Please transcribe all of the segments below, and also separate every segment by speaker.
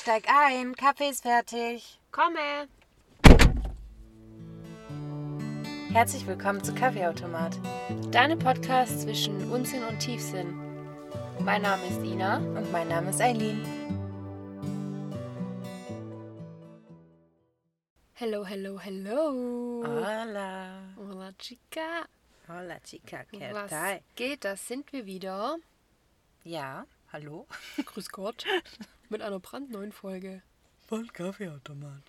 Speaker 1: Steig ein, Kaffee ist fertig.
Speaker 2: Komme!
Speaker 1: Herzlich willkommen zu Kaffeeautomat.
Speaker 2: Deine Podcast zwischen Unsinn und Tiefsinn. Mein Name ist Ina.
Speaker 1: Und mein Name ist Eileen.
Speaker 2: Hello, hello, hello.
Speaker 1: Hola.
Speaker 2: Hola, Chica.
Speaker 1: Hola, chica, ¿qué
Speaker 2: Was
Speaker 1: tal?
Speaker 2: geht? Das sind wir wieder.
Speaker 1: Ja, hallo?
Speaker 2: Grüß Gott. Mit einer brandneuen Folge.
Speaker 1: Voll Kaffeeautomat.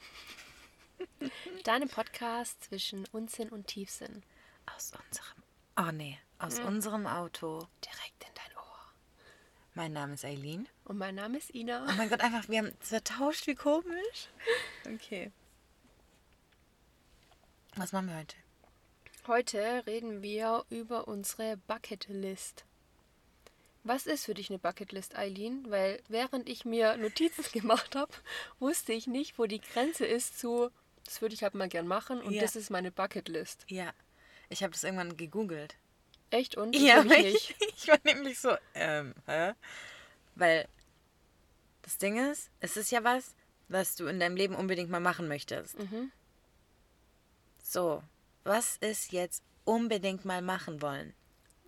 Speaker 2: Deinem Podcast zwischen Unsinn und Tiefsinn.
Speaker 1: Aus unserem... Oh nee, aus unserem Auto.
Speaker 2: Direkt in dein Ohr.
Speaker 1: Mein Name ist Eileen.
Speaker 2: Und mein Name ist
Speaker 1: Oh
Speaker 2: Ina.
Speaker 1: mein Gott, einfach, wir haben es vertauscht, wie komisch. Okay. Was machen wir heute?
Speaker 2: Heute reden wir über unsere Bucketlist. Was ist für dich eine Bucketlist, Eileen? Weil während ich mir Notizen gemacht habe, wusste ich nicht, wo die Grenze ist zu, das würde ich halt mal gern machen und
Speaker 1: Ja.
Speaker 2: das ist meine Bucketlist.
Speaker 1: Ja, ich habe das irgendwann gegoogelt.
Speaker 2: Echt? Und? Das
Speaker 1: Ja,
Speaker 2: hab
Speaker 1: weil
Speaker 2: ich nicht.
Speaker 1: ich, ich war nämlich so, ähm, hä? Weil das Ding ist, es ist ja was, was du in deinem Leben unbedingt mal machen möchtest. So, was ist jetzt unbedingt mal machen wollen?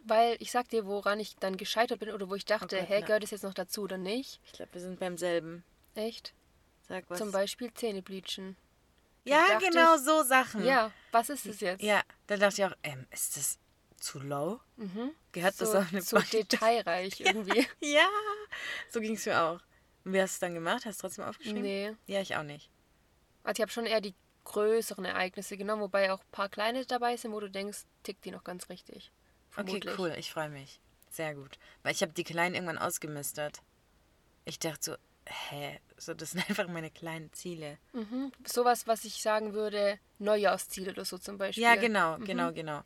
Speaker 2: Weil ich sag dir, woran ich dann gescheitert bin oder wo ich dachte,
Speaker 1: Oh Gott,
Speaker 2: hä,
Speaker 1: na.
Speaker 2: gehört das jetzt noch dazu oder nicht?
Speaker 1: Ich glaube, wir sind beim selben.
Speaker 2: Echt?
Speaker 1: Sag was.
Speaker 2: Zum Beispiel Zähne bleachen.
Speaker 1: ja,
Speaker 2: dachte
Speaker 1: genau
Speaker 2: ich-
Speaker 1: so Sachen.
Speaker 2: Ja, was ist es jetzt?
Speaker 1: Ja, da dachte ich auch, ähm, ist das zu low? Gehört
Speaker 2: so,
Speaker 1: das auf eine
Speaker 2: so
Speaker 1: Bucket-
Speaker 2: detailreich irgendwie.
Speaker 1: Ja, so ging es mir auch. Und wie hast du es dann gemacht? Hast du trotzdem aufgeschrieben?
Speaker 2: Nee.
Speaker 1: Ja, ich auch nicht.
Speaker 2: Also ich habe schon eher die größeren Ereignisse genommen, wobei auch ein paar kleine dabei sind, wo du denkst, tickt die noch ganz richtig. Vermutlich.
Speaker 1: Okay, cool, ich freue mich. Sehr gut. Weil ich habe die Kleinen irgendwann ausgemistet. Ich dachte so, hä, so, das sind einfach meine kleinen Ziele.
Speaker 2: Mhm. Sowas, was ich sagen würde, Neujahrsziel oder so zum Beispiel.
Speaker 1: Ja,
Speaker 2: Mhm.
Speaker 1: genau, genau, genau.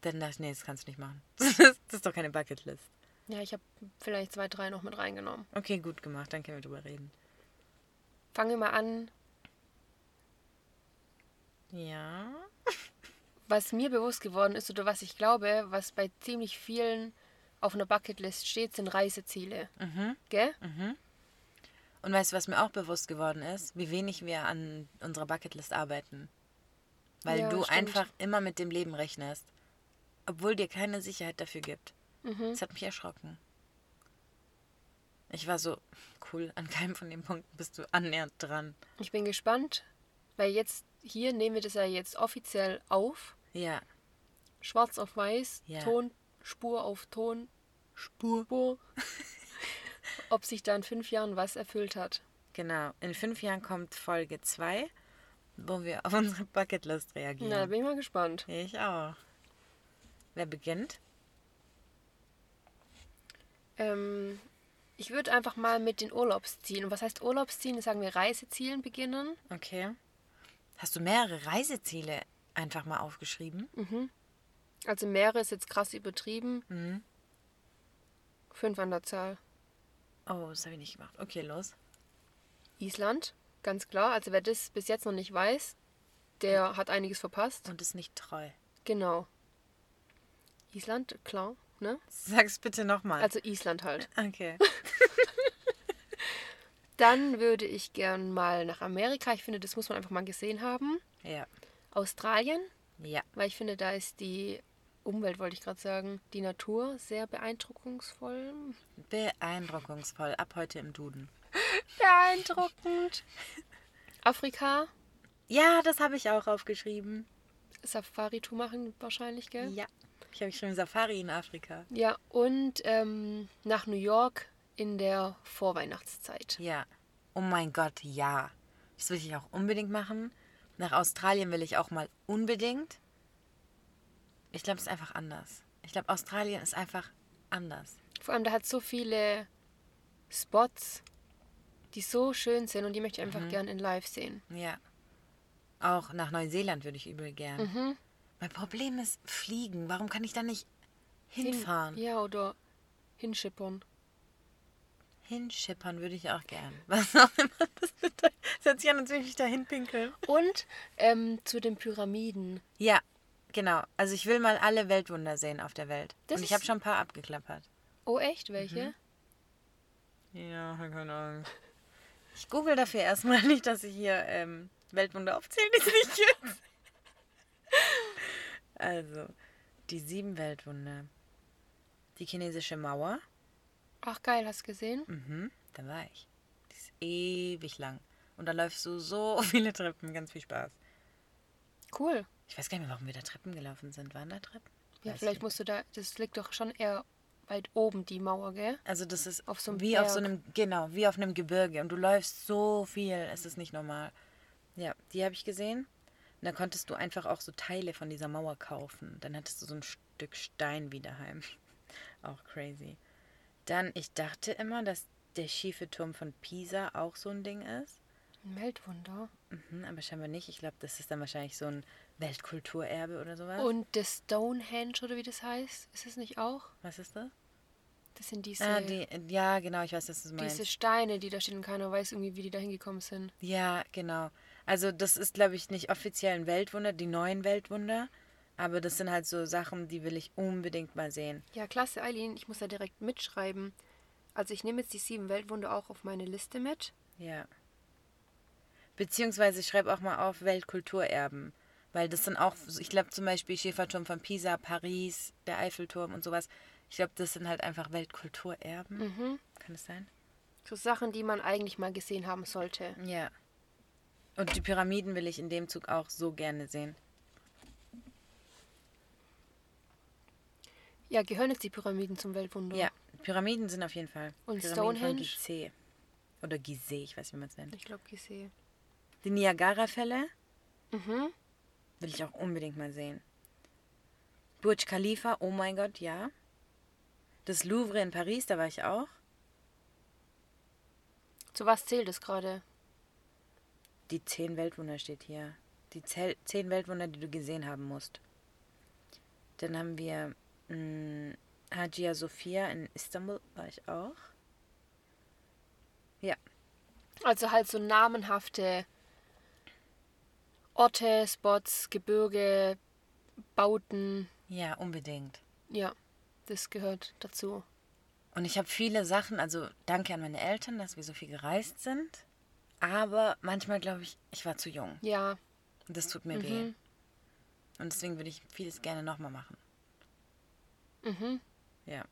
Speaker 1: Dann dachte ich, nee, das kannst du nicht machen. Das ist, das ist doch keine Bucketlist.
Speaker 2: Ja, ich habe vielleicht zwei, drei noch mit reingenommen.
Speaker 1: Okay, gut gemacht, dann können wir drüber reden.
Speaker 2: Fangen wir mal an.
Speaker 1: Ja.
Speaker 2: Was mir bewusst geworden ist oder was ich glaube, was bei ziemlich vielen auf einer Bucketlist steht, sind Reiseziele.
Speaker 1: Mhm.
Speaker 2: Gell?
Speaker 1: Und weißt du, was mir auch bewusst geworden ist? Wie wenig wir an unserer Bucketlist arbeiten. Weil
Speaker 2: Ja,
Speaker 1: du
Speaker 2: stimmt.
Speaker 1: einfach immer mit dem Leben rechnest, obwohl dir keine Sicherheit dafür gibt. Das hat mich erschrocken. Ich war so, cool, an keinem von den Punkten bist du annähernd dran.
Speaker 2: Ich bin gespannt, weil jetzt hier nehmen wir das ja jetzt offiziell auf.
Speaker 1: Ja.
Speaker 2: Schwarz auf weiß,
Speaker 1: Ja.
Speaker 2: Ton, Spur auf Ton,
Speaker 1: Spur.
Speaker 2: Bo, ob sich da in fünf Jahren was erfüllt hat.
Speaker 1: Genau. In fünf Jahren kommt Folge 2, wo wir auf unsere Bucketlist
Speaker 2: Na, da
Speaker 1: reagieren.
Speaker 2: bin ich mal gespannt.
Speaker 1: ich auch. Wer beginnt?
Speaker 2: Ähm, ich würde einfach mal mit den Urlaubszielen, und was heißt Urlaubszielen, Das sagen wir Reisezielen beginnen.
Speaker 1: Okay. Hast du mehrere Reiseziele einfach mal aufgeschrieben?
Speaker 2: Also mehrere ist jetzt krass übertrieben.
Speaker 1: Mhm.
Speaker 2: Fünf an der Zahl.
Speaker 1: Oh, das habe ich nicht gemacht. Okay, los.
Speaker 2: Island, ganz klar. Also wer das bis jetzt noch nicht weiß, der hat einiges verpasst.
Speaker 1: Und ist nicht treu.
Speaker 2: Genau. Island, klar, ne?
Speaker 1: Sag's bitte nochmal.
Speaker 2: Also Island halt.
Speaker 1: okay.
Speaker 2: Dann würde ich gern mal nach Amerika. Ich finde, das muss man einfach mal gesehen haben.
Speaker 1: Ja.
Speaker 2: Australien,
Speaker 1: Ja.
Speaker 2: weil ich finde, da ist die Umwelt, wollte ich gerade sagen, die Natur sehr beeindruckungsvoll.
Speaker 1: Beeindruckungsvoll. Ab heute im Duden.
Speaker 2: Beeindruckend. Afrika,
Speaker 1: Ja, das habe ich auch aufgeschrieben.
Speaker 2: Safari-Tour machen wahrscheinlich, gell? Ja,
Speaker 1: Ich habe geschrieben Safari in Afrika.
Speaker 2: und ähm, nach New York in der Vorweihnachtszeit.
Speaker 1: Ja. Oh mein Gott, ja. Das will ich auch unbedingt machen. Nach Australien will ich auch mal unbedingt. Ich glaube, es ist einfach anders. Ich glaube, Australien ist einfach anders.
Speaker 2: Vor allem, da hat so viele Spots, die so schön sind und die möchte ich einfach gern in live sehen.
Speaker 1: Ja. Auch nach Neuseeland würde ich übel gern.
Speaker 2: Mhm.
Speaker 1: Mein Problem ist Fliegen. Warum kann ich da nicht hinfahren?
Speaker 2: Ja, oder hinschippern.
Speaker 1: Hinschippern würde ich auch gern. Was auch immer das bedeutet. Das hört sich an, als würde ich mich da hinpinkeln.
Speaker 2: Und ähm, zu den Pyramiden.
Speaker 1: Ja, genau. Also ich will mal alle Weltwunder sehen auf der Welt.
Speaker 2: Das
Speaker 1: Und ich
Speaker 2: ist-
Speaker 1: habe schon ein paar abgeklappert.
Speaker 2: Mhm. Oh, echt? Welche?
Speaker 1: Ja, keine Ahnung. Ich google dafür erstmal nicht, dass ich hier ähm, Weltwunder aufzählen ist nicht jetzt. Also, die sieben Weltwunder. Die chinesische Mauer.
Speaker 2: Ach geil, hast du gesehen?
Speaker 1: Mhm, da war ich. Die ist ewig lang. Und da läufst du so viele Treppen. Ganz viel Spaß.
Speaker 2: Cool.
Speaker 1: Ich weiß gar nicht mehr, warum wir da Treppen gelaufen sind. Waren da Treppen?
Speaker 2: Ja,
Speaker 1: Weiß ich
Speaker 2: vielleicht musst du da, das liegt doch schon eher weit oben, die Mauer, gell?
Speaker 1: Also das ist
Speaker 2: Auf so einem
Speaker 1: wie auf so
Speaker 2: Berg.
Speaker 1: einem genau wie auf einem Gebirge und du läufst so viel, es ist nicht normal. Ja, die habe ich gesehen. Und da konntest du einfach auch so Teile von dieser Mauer kaufen. Dann hattest du so ein Stück Stein wieder heim. Auch crazy. Dann ich dachte immer, dass der schiefe Turm von Pisa auch so ein Ding ist,
Speaker 2: Ein Weltwunder.
Speaker 1: mhm, aber scheinbar nicht. Ich glaube, das ist dann wahrscheinlich so ein Weltkulturerbe oder sowas.
Speaker 2: Und das Stonehenge oder wie das heißt, ist es nicht auch?
Speaker 1: Was ist das?
Speaker 2: Das sind diese,
Speaker 1: Ah, die, ja, genau, ich weiß, was du meinst.
Speaker 2: diese Steine, die da stehen und keiner weiß irgendwie, wie die da hingekommen sind.
Speaker 1: Ja, genau. Also das ist, glaube ich, nicht offiziell ein Weltwunder, die neuen Weltwunder, aber das sind halt so Sachen, die will ich unbedingt mal sehen.
Speaker 2: Ja, klasse, Eileen, ich muss da direkt mitschreiben. Also ich nehme jetzt die sieben Weltwunder auch auf meine Liste mit.
Speaker 1: Ja. Beziehungsweise ich schreibe auch mal auf Weltkulturerben, weil das sind auch, ich glaube zum Beispiel Schäferturm von Pisa, Paris, der Eiffelturm und sowas. Ich glaube, das sind halt einfach Weltkulturerben. Kann es sein?
Speaker 2: So Sachen, die man eigentlich mal gesehen haben sollte.
Speaker 1: Ja. Und die Pyramiden will ich in dem Zug auch so gerne sehen.
Speaker 2: Ja, gehören jetzt die Pyramiden zum Weltwunder?
Speaker 1: Ja, Pyramiden sind auf jeden Fall.
Speaker 2: Und
Speaker 1: Pyramiden
Speaker 2: Stonehenge?
Speaker 1: Von Gizeh. Oder Gizeh, ich weiß, wie man es nennt.
Speaker 2: Ich glaube, ich sehe.
Speaker 1: Die Niagara-Fälle
Speaker 2: Mhm.
Speaker 1: will ich auch unbedingt mal sehen. Burj Khalifa, oh mein Gott, ja. Das Louvre in Paris, da war ich auch.
Speaker 2: Zu was zählt es gerade?
Speaker 1: Die zehn Weltwunder steht hier. Die Zel- zehn Weltwunder, die du gesehen haben musst. Dann haben wir mh, Hagia Sophia in Istanbul, war ich auch. Ja,
Speaker 2: Also halt so namenhafte Orte, Spots, Gebirge, Bauten.
Speaker 1: ja, unbedingt.
Speaker 2: Ja, das gehört dazu.
Speaker 1: Und ich habe viele Sachen, also danke an meine Eltern, dass wir so viel gereist sind. Aber manchmal glaube ich, ich war zu jung.
Speaker 2: Ja,
Speaker 1: Und Das tut mir weh. Und deswegen würde ich vieles gerne nochmal machen.
Speaker 2: mhm.
Speaker 1: Ja.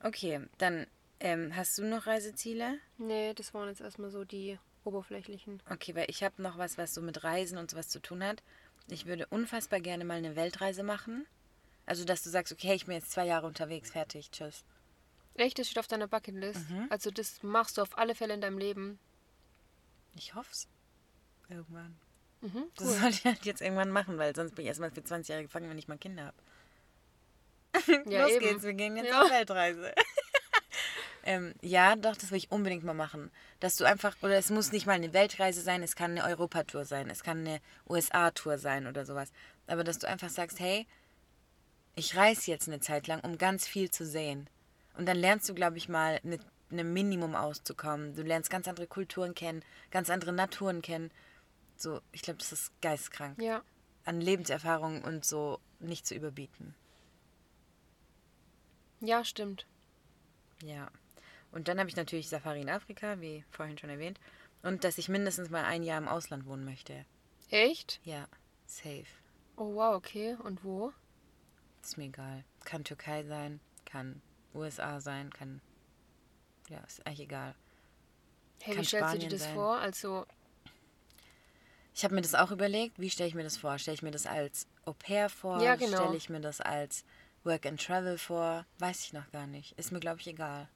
Speaker 1: Okay, dann ähm, hast du noch Reiseziele?
Speaker 2: Nee, das waren jetzt erstmal so die oberflächlichen.
Speaker 1: Okay, weil ich habe noch was, was so mit Reisen und sowas zu tun hat. Ich würde unfassbar gerne mal eine Weltreise machen. Also, dass du sagst, okay, ich bin jetzt zwei Jahre unterwegs, fertig, tschüss.
Speaker 2: Echt, das steht auf deiner Bucketlist.
Speaker 1: Mhm.
Speaker 2: Also das machst du auf alle Fälle in deinem Leben.
Speaker 1: Ich hoff's. Irgendwann.
Speaker 2: Mhm,
Speaker 1: Das sollte ich halt jetzt irgendwann machen, weil sonst bin ich erstmal für 20 Jahre gefangen, wenn ich mal Kinder habe.
Speaker 2: Ja,
Speaker 1: Los
Speaker 2: eben.
Speaker 1: geht's, wir gehen jetzt
Speaker 2: Ja.
Speaker 1: auf Weltreise. ähm, ja, doch, das will ich unbedingt mal machen. Dass du einfach, oder es muss nicht mal eine Weltreise sein, es kann eine Europatour sein, es kann eine USA-Tour sein oder sowas. Aber dass du einfach sagst, hey, ich reise jetzt eine Zeit lang, um ganz viel zu sehen. Und dann lernst du, glaube ich, mal mit einem Minimum auszukommen. Du lernst ganz andere Kulturen kennen, ganz andere Naturen kennen. So, ich glaube, das ist geistkrank.
Speaker 2: Ja.
Speaker 1: An Lebenserfahrung und so nicht zu überbieten.
Speaker 2: Ja, stimmt.
Speaker 1: Ja. Und dann habe ich natürlich Safari in Afrika, wie vorhin schon erwähnt. Und dass ich mindestens mal ein Jahr im Ausland wohnen möchte.
Speaker 2: Echt?
Speaker 1: Ja, safe.
Speaker 2: Oh wow, okay. Und wo?
Speaker 1: Ist mir egal. Kann Türkei sein, kann USA sein, kann. Ja, ist eigentlich egal.
Speaker 2: Hey,
Speaker 1: Kann
Speaker 2: wie stellst du
Speaker 1: Spanien
Speaker 2: dir das
Speaker 1: sein.
Speaker 2: vor? Also,
Speaker 1: Ich habe mir das auch überlegt. Wie stelle ich mir das vor? Stelle ich mir das als Au pair vor?
Speaker 2: Ja, genau.
Speaker 1: Stelle ich mir das als Work and Travel vor? Weiß ich noch gar nicht. Ist mir, glaube ich, egal.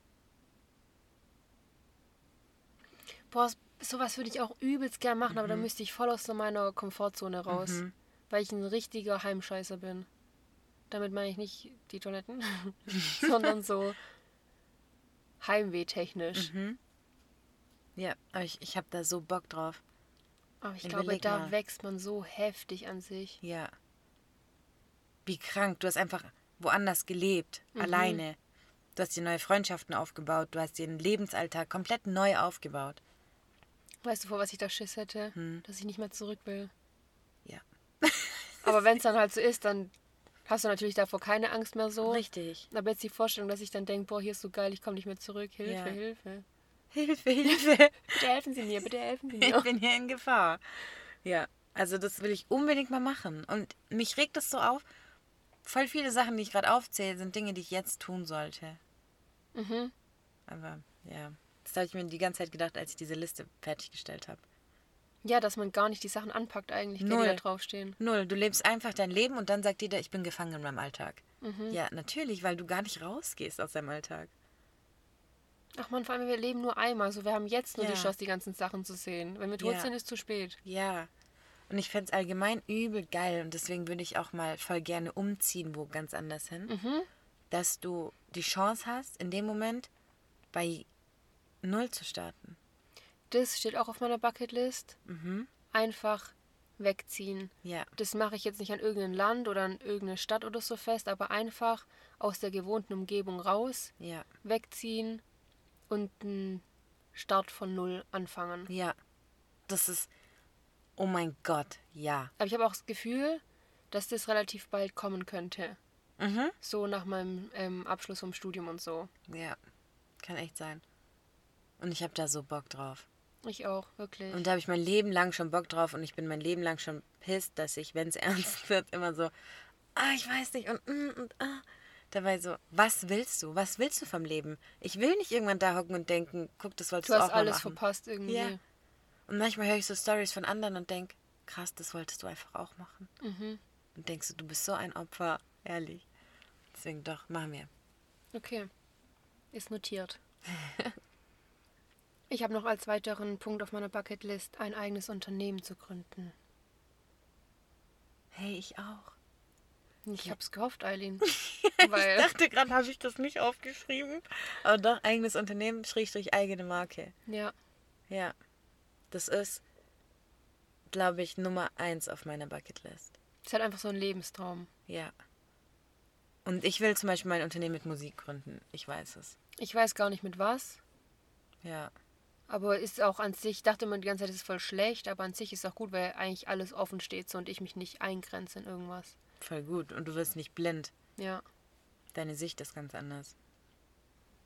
Speaker 2: boah, sowas würde ich auch übelst gern machen,
Speaker 1: Mhm.
Speaker 2: aber da müsste ich voll aus meiner Komfortzone raus, weil ich ein richtiger Heimscheißer bin. Damit meine ich nicht die Toiletten, sondern so heimwehtechnisch.
Speaker 1: Mhm. Ja, aber ich, ich habe da so Bock drauf.
Speaker 2: Aber ich glaube,
Speaker 1: Überleg
Speaker 2: da
Speaker 1: mal.
Speaker 2: wächst man so heftig an sich.
Speaker 1: Ja. Wie krank. Du hast einfach woanders gelebt, alleine. Du hast dir neue Freundschaften aufgebaut. Du hast dir den Lebensalltag komplett neu aufgebaut.
Speaker 2: Weißt du, vor was ich da Schiss hätte?
Speaker 1: Mhm.
Speaker 2: Dass ich nicht mehr zurück will.
Speaker 1: Ja.
Speaker 2: Aber wenn es dann halt so ist, dann hast du natürlich davor keine Angst mehr so.
Speaker 1: Richtig.
Speaker 2: Aber jetzt die Vorstellung, dass ich dann denke, boah, hier ist so geil, ich komme nicht mehr zurück, Hilfe,
Speaker 1: Ja.
Speaker 2: Hilfe.
Speaker 1: Hilfe, Hilfe.
Speaker 2: Bitte helfen Sie mir, bitte helfen Sie
Speaker 1: Ich
Speaker 2: mir.
Speaker 1: bin hier in Gefahr. Ja, also das will ich unbedingt mal machen. Und mich regt das so auf. Voll viele Sachen, die ich gerade aufzähle, sind Dinge, die ich jetzt tun sollte.
Speaker 2: Mhm.
Speaker 1: Aber ja, das habe ich mir die ganze Zeit gedacht, als ich diese Liste fertiggestellt habe.
Speaker 2: Ja, dass man gar nicht die Sachen anpackt eigentlich, die, die
Speaker 1: Null.
Speaker 2: da draufstehen.
Speaker 1: Null, du lebst einfach dein Leben und dann sagt jeder, ich bin gefangen in meinem Alltag. Ja, natürlich, weil du gar nicht rausgehst aus deinem Alltag.
Speaker 2: Ach man, vor allem wir leben nur einmal, so wir haben jetzt nur
Speaker 1: Ja.
Speaker 2: die Chance, die ganzen Sachen zu sehen. Wenn wir tot
Speaker 1: Ja.
Speaker 2: sind, ist zu spät.
Speaker 1: Ja. Und ich fände es allgemein übel geil und deswegen würde ich auch mal voll gerne umziehen, wo ganz anders hin. Dass du die Chance hast, in dem Moment bei Null zu starten.
Speaker 2: Das steht auch auf meiner Bucketlist.
Speaker 1: Mhm.
Speaker 2: Einfach wegziehen.
Speaker 1: Ja.
Speaker 2: Das mache ich jetzt nicht an irgendein Land oder an irgendeine Stadt oder so fest, aber einfach aus der gewohnten Umgebung raus,
Speaker 1: Ja.
Speaker 2: wegziehen und einen Start von Null anfangen.
Speaker 1: Ja. Das ist. Oh mein Gott, ja.
Speaker 2: Aber ich habe auch das Gefühl, dass das relativ bald kommen könnte.
Speaker 1: Mhm.
Speaker 2: So nach meinem ähm, Abschluss vom Studium und so.
Speaker 1: Ja. Kann echt sein. Und ich habe da so Bock drauf.
Speaker 2: Ich auch, wirklich.
Speaker 1: Und da habe ich mein Leben lang schon Bock drauf und ich bin mein Leben lang schon pisst, dass ich, wenn es ernst wird, immer so, ah, ich weiß nicht und, mm, und ah. Dabei so, was willst du? Was willst du vom Leben? Ich will nicht irgendwann da hocken und denken, guck, das wolltest
Speaker 2: du
Speaker 1: du,
Speaker 2: hast
Speaker 1: auch mal
Speaker 2: alles
Speaker 1: machen.
Speaker 2: verpasst irgendwie.
Speaker 1: Ja. Und manchmal höre ich so Stories von anderen und denke, krass, das wolltest du einfach auch machen. Und denkst du, du bist so ein Opfer, ehrlich. Deswegen doch, machen wir.
Speaker 2: Okay. Ist notiert. ich habe noch als weiteren Punkt auf meiner Bucketlist, ein eigenes Unternehmen zu gründen.
Speaker 1: Hey, ich auch.
Speaker 2: Ich hab's gehofft, Eileen. Weil
Speaker 1: Ich dachte gerade, habe ich das nicht aufgeschrieben. Aber doch, eigenes Unternehmen, Schrägstrich, eigene Marke.
Speaker 2: Ja,
Speaker 1: Ja, das ist, glaube ich, Nummer eins auf meiner Bucketlist.
Speaker 2: es ist halt einfach so ein Lebenstraum.
Speaker 1: Ja. Und ich will zum Beispiel mein Unternehmen mit Musik gründen. Ich weiß es.
Speaker 2: Ich weiß gar nicht mit was,
Speaker 1: Ja.
Speaker 2: aber ist auch an sich, ich dachte immer die ganze Zeit, es ist voll schlecht, aber an sich ist auch gut, weil eigentlich alles offen steht so und ich mich nicht eingrenze in irgendwas.
Speaker 1: Voll gut. Und du wirst nicht blind.
Speaker 2: Ja.
Speaker 1: Deine Sicht ist ganz anders.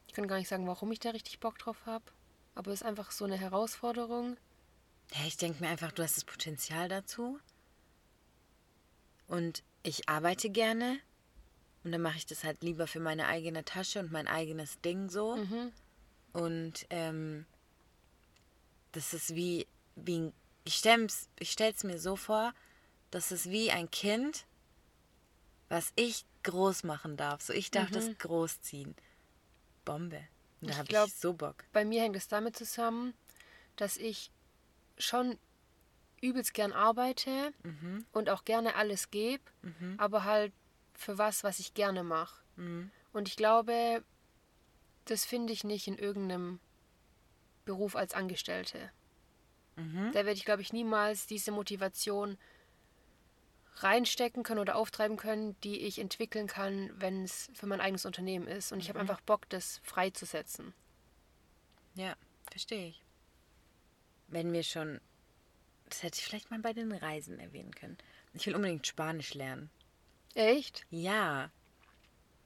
Speaker 2: Ich kann gar nicht sagen, warum ich da richtig Bock drauf habe, aber es ist einfach so eine Herausforderung.
Speaker 1: Ja, ich denke mir einfach, du hast das Potenzial dazu. Und ich arbeite gerne. Und dann mache ich das halt lieber für meine eigene Tasche und mein eigenes Ding so.
Speaker 2: Mhm.
Speaker 1: Und ähm, das ist wie, wie ein, ich stelle es ich stell's mir so vor, das ist wie ein Kind, was ich groß machen darf. So, ich darf das großziehen. Bombe. Und da
Speaker 2: Mhm. Ich
Speaker 1: habe
Speaker 2: glaub-
Speaker 1: ich so Bock.
Speaker 2: Bei mir hängt es damit zusammen, dass ich schon übelst gern arbeite und auch gerne alles gebe, aber halt für was, was ich gerne mache. Und ich glaube, das finde ich nicht in irgendeinem Beruf als Angestellte. Da werde ich, glaube ich, niemals diese Motivation reinstecken können oder auftreiben können, die ich entwickeln kann, wenn es für mein eigenes Unternehmen ist. Und ich habe einfach Bock, das freizusetzen.
Speaker 1: Ja, verstehe ich. Wenn wir schon, das hätte ich vielleicht mal bei den Reisen erwähnen können. Ich will unbedingt Spanisch lernen.
Speaker 2: Echt?
Speaker 1: Ja.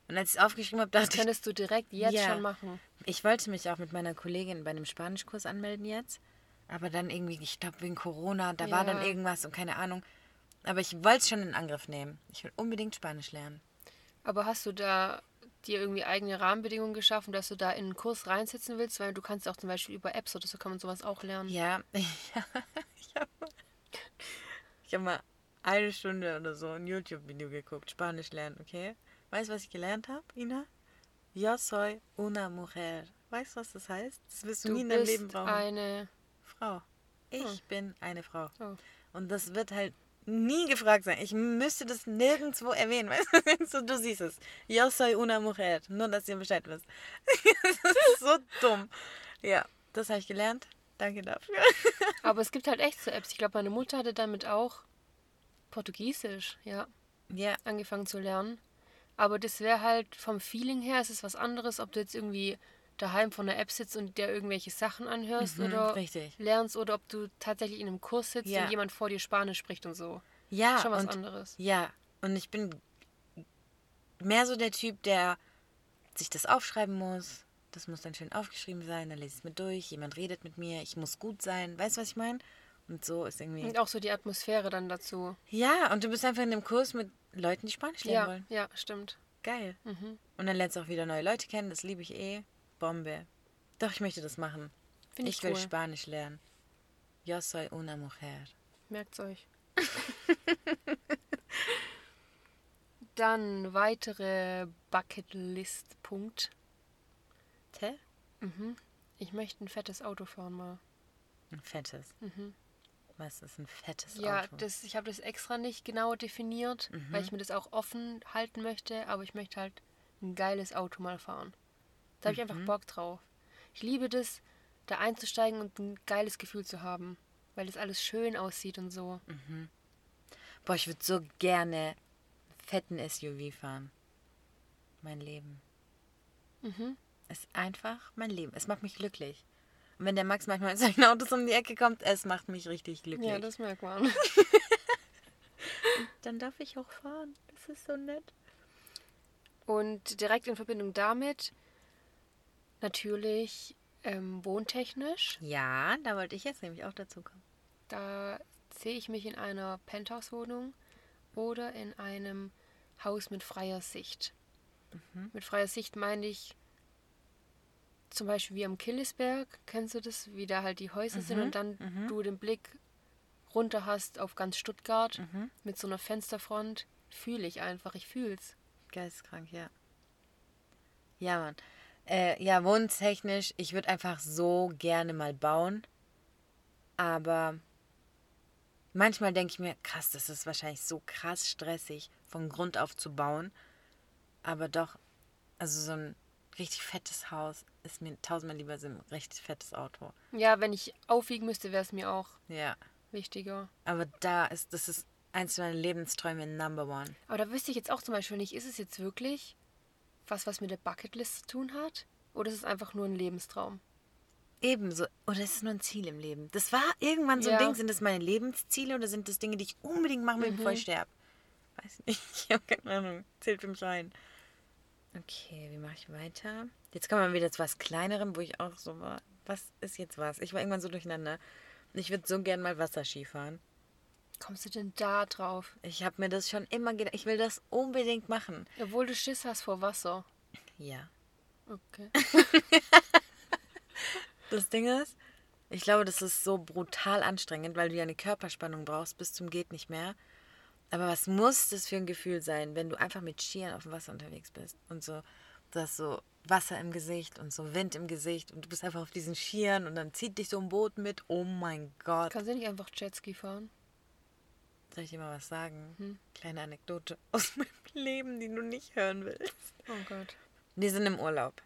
Speaker 1: Und als ich es aufgeschrieben habe, dachte ich,
Speaker 2: Könntest du direkt jetzt
Speaker 1: Ja.
Speaker 2: schon machen.
Speaker 1: ich wollte mich auch mit meiner Kollegin bei einem Spanischkurs anmelden jetzt. Aber dann irgendwie, ich glaube wegen Corona, da war dann
Speaker 2: Ja.
Speaker 1: irgendwas und keine Ahnung. Aber ich wollte es schon in Angriff nehmen. Ich will unbedingt Spanisch lernen.
Speaker 2: Aber hast du da dir irgendwie eigene Rahmenbedingungen geschaffen, dass du da in einen Kurs reinsitzen willst? Weil du kannst auch zum Beispiel über Apps oder so kann man sowas auch lernen.
Speaker 1: Ja, ich habe mal, ich hab mal eine Stunde oder so ein YouTube-Video geguckt, Spanisch lernen, okay? Weißt du, was ich gelernt habe, Ina? Yo soy una mujer. Weißt du, was das heißt? Das wirst du,
Speaker 2: Du
Speaker 1: nie in deinem
Speaker 2: bist
Speaker 1: Leben brauchen.
Speaker 2: eine...
Speaker 1: Frau. Ich bin eine Frau.
Speaker 2: Oh.
Speaker 1: Und das wird halt nie gefragt sein. Ich müsste das nirgendwo erwähnen, weißt du? So, du siehst es. Yo soy una mujer. Nur, dass ihr Bescheid wisst. das ist so dumm. Ja, das habe ich gelernt. Danke dafür.
Speaker 2: Aber es gibt halt echt so Apps. Ich glaube, meine Mutter hatte damit auch Portugiesisch, ja,
Speaker 1: Ja,
Speaker 2: angefangen zu lernen. Aber das wäre halt vom Feeling her, es ist was anderes, ob du jetzt irgendwie daheim vor einer App sitzt und dir irgendwelche Sachen anhörst oder
Speaker 1: Mhm, richtig.
Speaker 2: lernst oder ob du tatsächlich in einem Kurs sitzt
Speaker 1: Ja.
Speaker 2: und jemand vor dir Spanisch spricht und so.
Speaker 1: ja.
Speaker 2: Schon was
Speaker 1: und,
Speaker 2: anderes.
Speaker 1: Ja, und ich bin mehr so der Typ, der sich das aufschreiben muss, das muss dann schön aufgeschrieben sein, dann lese ich es mir durch, jemand redet mit mir, ich muss gut sein, weißt du, was ich meine? Und so ist irgendwie.
Speaker 2: Und auch so die Atmosphäre dann dazu.
Speaker 1: Ja, und du bist einfach in dem Kurs mit Leuten, die Spanisch lernen
Speaker 2: Ja, Mhm.
Speaker 1: wollen.
Speaker 2: ja, stimmt.
Speaker 1: Geil. Und dann lernst du auch wieder neue Leute kennen, das liebe ich eh. Bombe. Doch, ich möchte das machen.
Speaker 2: Finde ich,
Speaker 1: ich will
Speaker 2: cool.
Speaker 1: Spanisch lernen. Yo soy una mujer.
Speaker 2: Merkt's euch. Dann weitere Bucketlist-Punkt.
Speaker 1: Te?
Speaker 2: Ich möchte ein fettes Auto fahren mal.
Speaker 1: Ein fettes. Was ist ein fettes
Speaker 2: Ja,
Speaker 1: Auto? Mhm.
Speaker 2: das, ich habe das extra nicht genau definiert, weil ich mir das auch offen halten möchte, aber ich möchte halt ein geiles Auto mal fahren. Da habe ich
Speaker 1: Mhm.
Speaker 2: einfach Bock drauf. Ich liebe das, da einzusteigen und ein geiles Gefühl zu haben, weil das alles schön aussieht und so.
Speaker 1: Boah, ich würde so gerne einen fetten SUV fahren. Mein Leben. Mhm. Ist einfach mein Leben. Es macht mich glücklich. Und wenn der Max manchmal in seinen Autos um die Ecke kommt, es macht mich richtig glücklich.
Speaker 2: Ja, das merkt man.
Speaker 1: Dann darf ich auch fahren. Das ist so nett.
Speaker 2: Und direkt in Verbindung damit natürlich ähm, wohntechnisch.
Speaker 1: Ja, da wollte ich jetzt nämlich auch dazu kommen.
Speaker 2: Da sehe ich mich in einer Penthouse-Wohnung oder in einem Haus mit freier Sicht. Mit freier Sicht meine ich zum Beispiel wie am Killesberg, kennst du das, wie da halt die Häuser sind und dann du den Blick runter hast auf ganz Stuttgart mit so einer Fensterfront. Fühle ich einfach, ich fühl's.
Speaker 1: Geisteskrank, ja. Ja, Mann. Äh, ja, wohntechnisch, ich würde einfach so gerne mal bauen. Aber manchmal denke ich mir, krass, das ist wahrscheinlich so krass stressig, von Grund auf zu bauen. Aber doch, also so ein richtig fettes Haus ist mir tausendmal lieber als ein richtig fettes Auto.
Speaker 2: Ja, wenn ich aufwiegen müsste, wäre es mir auch
Speaker 1: Ja.
Speaker 2: wichtiger.
Speaker 1: Aber da ist, das ist eins meiner Lebensträume number one.
Speaker 2: Aber da wüsste ich jetzt auch zum Beispiel nicht, ist es jetzt wirklich was, was mit der Bucketlist zu tun hat? Oder ist es einfach nur ein Lebenstraum?
Speaker 1: Ebenso. Oder ist es nur ein Ziel im Leben? Das war irgendwann so ein
Speaker 2: Ja.
Speaker 1: Ding. Sind das meine Lebensziele oder sind das Dinge, die ich unbedingt machen will, bevor ich sterbe? Weiß nicht. Ich habe keine Ahnung. Zählt für mich rein. Okay, wie mache ich weiter? Jetzt kommen wir wieder zu was Kleinerem, wo ich auch so war. Was ist jetzt was? Ich war irgendwann so durcheinander. Und Ich würde so gern mal Wasserski fahren.
Speaker 2: Kommst du denn da drauf?
Speaker 1: Ich habe mir das schon immer gedacht. Ich will das unbedingt machen.
Speaker 2: Obwohl du Schiss hast vor Wasser.
Speaker 1: Ja.
Speaker 2: Okay.
Speaker 1: Das Ding ist, ich glaube, das ist so brutal anstrengend, weil du ja eine Körperspannung brauchst bis zum geht nicht mehr. Aber was muss das für ein Gefühl sein, wenn du einfach mit Skiern auf dem Wasser unterwegs bist und so, du hast so Wasser im Gesicht und so Wind im Gesicht und du bist einfach auf diesen Skiern und dann zieht dich so ein Boot mit. Oh mein Gott.
Speaker 2: Kannst du nicht einfach Jetski fahren?
Speaker 1: Soll ich dir mal was sagen? Kleine Anekdote aus meinem Leben, die du nicht hören willst.
Speaker 2: Oh Gott.
Speaker 1: Wir sind im Urlaub.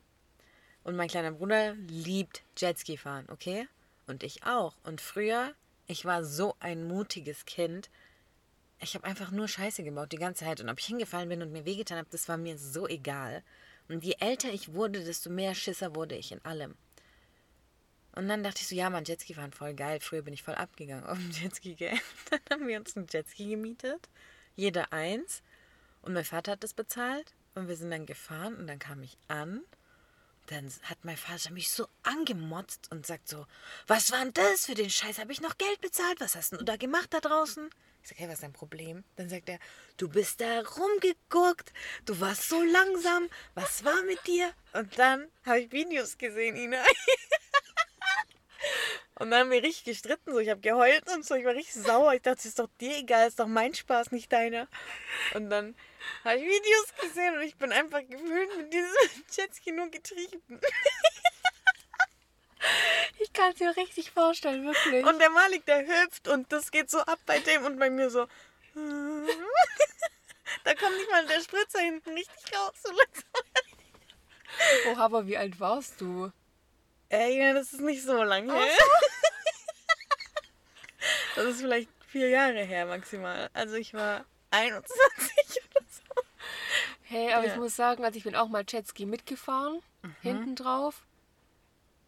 Speaker 1: Und mein kleiner Bruder liebt Jetski fahren, okay? Und ich auch. Und früher, ich war so ein mutiges Kind. Ich habe einfach nur Scheiße gebaut die ganze Zeit. Und ob ich hingefallen bin und mir wehgetan habe, das war mir so egal. Und je älter ich wurde, desto mehr Schisser wurde ich in allem. Und dann dachte ich so, ja, Mann, Jetski fahren voll geil. Früher bin ich voll abgegangen auf dem Jetski, gell? Dann haben wir uns einen Jetski gemietet. Jeder eins. Und mein Vater hat das bezahlt und wir sind dann gefahren und dann kam ich an. Dann hat mein Vater mich so angemotzt und sagt so, was war denn das? Für den Scheiß habe ich noch Geld bezahlt. Was hast denn du da gemacht da draußen? Ich sage, hey, was ist dein Problem? Dann sagt er, du bist da rumgeguckt, du warst so langsam, was war mit dir? Und dann habe ich Videos gesehen, Ina. Und dann haben wir richtig gestritten, so ich habe geheult und so, ich war richtig sauer. Ich dachte, es ist doch dir egal, es ist doch mein Spaß, nicht deiner. Und dann habe ich Videos gesehen und ich bin einfach gewöhnt mit diesem Jetski nur getrieben.
Speaker 2: Ich kann es mir richtig vorstellen, wirklich.
Speaker 1: Und der Malik, der hüpft und das geht so ab bei dem und bei mir so. Da kommt nicht mal der Spritzer hinten richtig raus.
Speaker 2: oh, aber wie alt warst du?
Speaker 1: Ey, ja, das ist nicht so lange her. Das ist vielleicht vier Jahre her maximal. Also ich war 21 oder so.
Speaker 2: Hey, aber
Speaker 1: Ja.
Speaker 2: ich muss sagen, also ich bin auch mal Jetski mitgefahren, hinten drauf.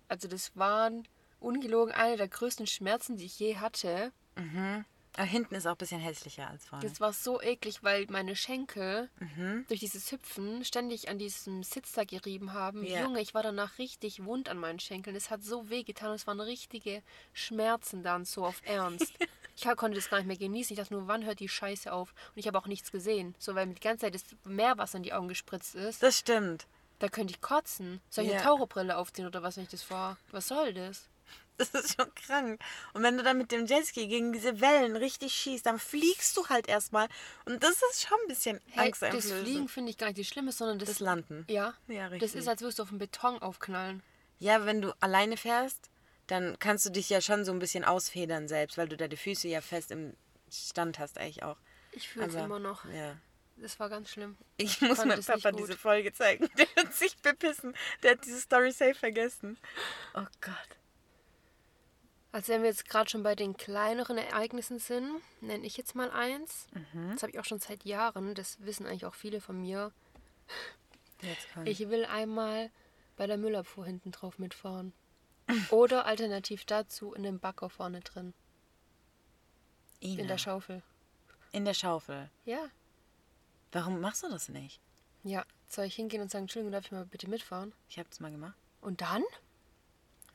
Speaker 2: Also das waren ungelogen eine der größten Schmerzen, die ich je hatte.
Speaker 1: Aber Ah, hinten ist auch ein bisschen hässlicher als vorne.
Speaker 2: Das war so eklig, weil meine Schenkel
Speaker 1: Mhm.
Speaker 2: durch dieses Hüpfen ständig an diesem Sitz da gerieben haben.
Speaker 1: Ja.
Speaker 2: Junge, ich war danach richtig wund an meinen Schenkeln. Es hat so weh getan. und Es waren richtige Schmerzen dann so auf Ernst. ich ha- konnte das gar nicht mehr genießen. Ich dachte nur, wann hört die Scheiße auf? Und ich habe auch nichts gesehen. So, weil mir die ganze Zeit das Meerwasser in die Augen gespritzt ist.
Speaker 1: Das stimmt.
Speaker 2: Da könnte ich kotzen. Soll ich eine
Speaker 1: Ja.
Speaker 2: Taucherbrille aufziehen oder was, wenn ich das vor? Was soll das?
Speaker 1: Das ist schon krank. Und wenn du dann mit dem Jetski gegen diese Wellen richtig schießt, dann fliegst du halt erstmal. Und das ist schon ein bisschen
Speaker 2: Hey,
Speaker 1: angsteinflößend.
Speaker 2: das Fliegen finde ich gar nicht das Schlimme, sondern das,
Speaker 1: Das Landen.
Speaker 2: Ja,
Speaker 1: Ja,
Speaker 2: das
Speaker 1: richtig.
Speaker 2: ist, als würdest du auf den Beton aufknallen.
Speaker 1: Ja, wenn du alleine fährst, dann kannst du dich ja schon so ein bisschen ausfedern selbst, weil du da die Füße ja fest im Stand hast eigentlich auch.
Speaker 2: Ich fühle es
Speaker 1: Aber-
Speaker 2: immer noch.
Speaker 1: Also, Ja.
Speaker 2: Das war ganz schlimm.
Speaker 1: Ich muss
Speaker 2: fand
Speaker 1: meinem
Speaker 2: es nicht
Speaker 1: Papa
Speaker 2: gut.
Speaker 1: diese Folge zeigen. Der hat sich bepissen. Der hat diese Story safe vergessen. Oh Gott.
Speaker 2: Als wenn wir jetzt gerade schon bei den kleineren Ereignissen sind, nenne ich jetzt mal eins.
Speaker 1: Mhm.
Speaker 2: Das habe ich auch schon seit Jahren. Das wissen eigentlich auch viele von mir.
Speaker 1: Jetzt kommt.
Speaker 2: Ich will einmal bei der Müllabfuhr hinten drauf mitfahren. Oder alternativ dazu in dem Bagger vorne drin.
Speaker 1: Ina,
Speaker 2: In der Schaufel.
Speaker 1: in der Schaufel.
Speaker 2: Ja.
Speaker 1: Warum machst du das nicht?
Speaker 2: Ja. Soll ich hingehen und sagen, Entschuldigung, darf ich mal bitte mitfahren?
Speaker 1: Ich hab's mal gemacht.
Speaker 2: Und dann?